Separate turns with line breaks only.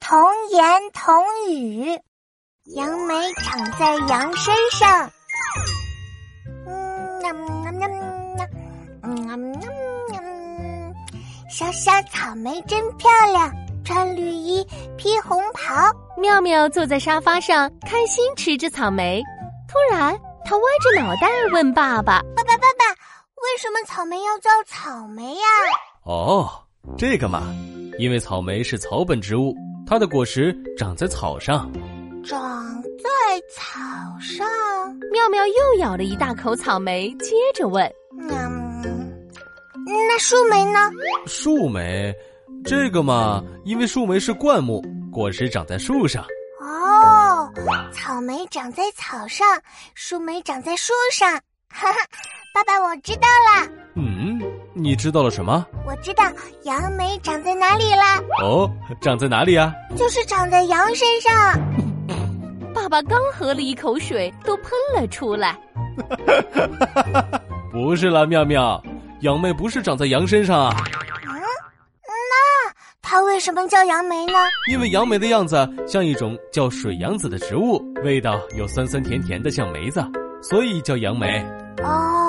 童言童语，杨梅长在羊身上。嗯，那那那那，嗯那那，小小草莓真漂亮，穿绿衣，披红袍。
妙妙坐在沙发上，开心吃着草莓。突然，她歪着脑袋问爸爸
爸爸，爸爸，为什么草莓要叫草莓呀、
哦，这个嘛，因为草莓是草本植物，它的果实长在草上。
长在草上。：“
妙妙又咬了一大口草莓，接着问。
嗯，那树莓呢？
树莓，这个嘛，因为树莓是灌木，果实长在树上。
哦，草莓长在草上，树莓长在树上。哈哈，爸爸，我知道啦，
嗯，你知道了什么？
我知道杨梅长在哪里啦，
哦，长在哪里啊呀、
就是长在羊身上。”
爸爸刚喝了一口水，都喷了出来。
不是啦，妙妙，杨梅不是长在羊身上啊，
它为什么叫杨梅呢？
因为杨梅的样子像一种叫水杨子的植物，味道有酸酸甜甜的，像梅子，所以叫杨梅。
哦，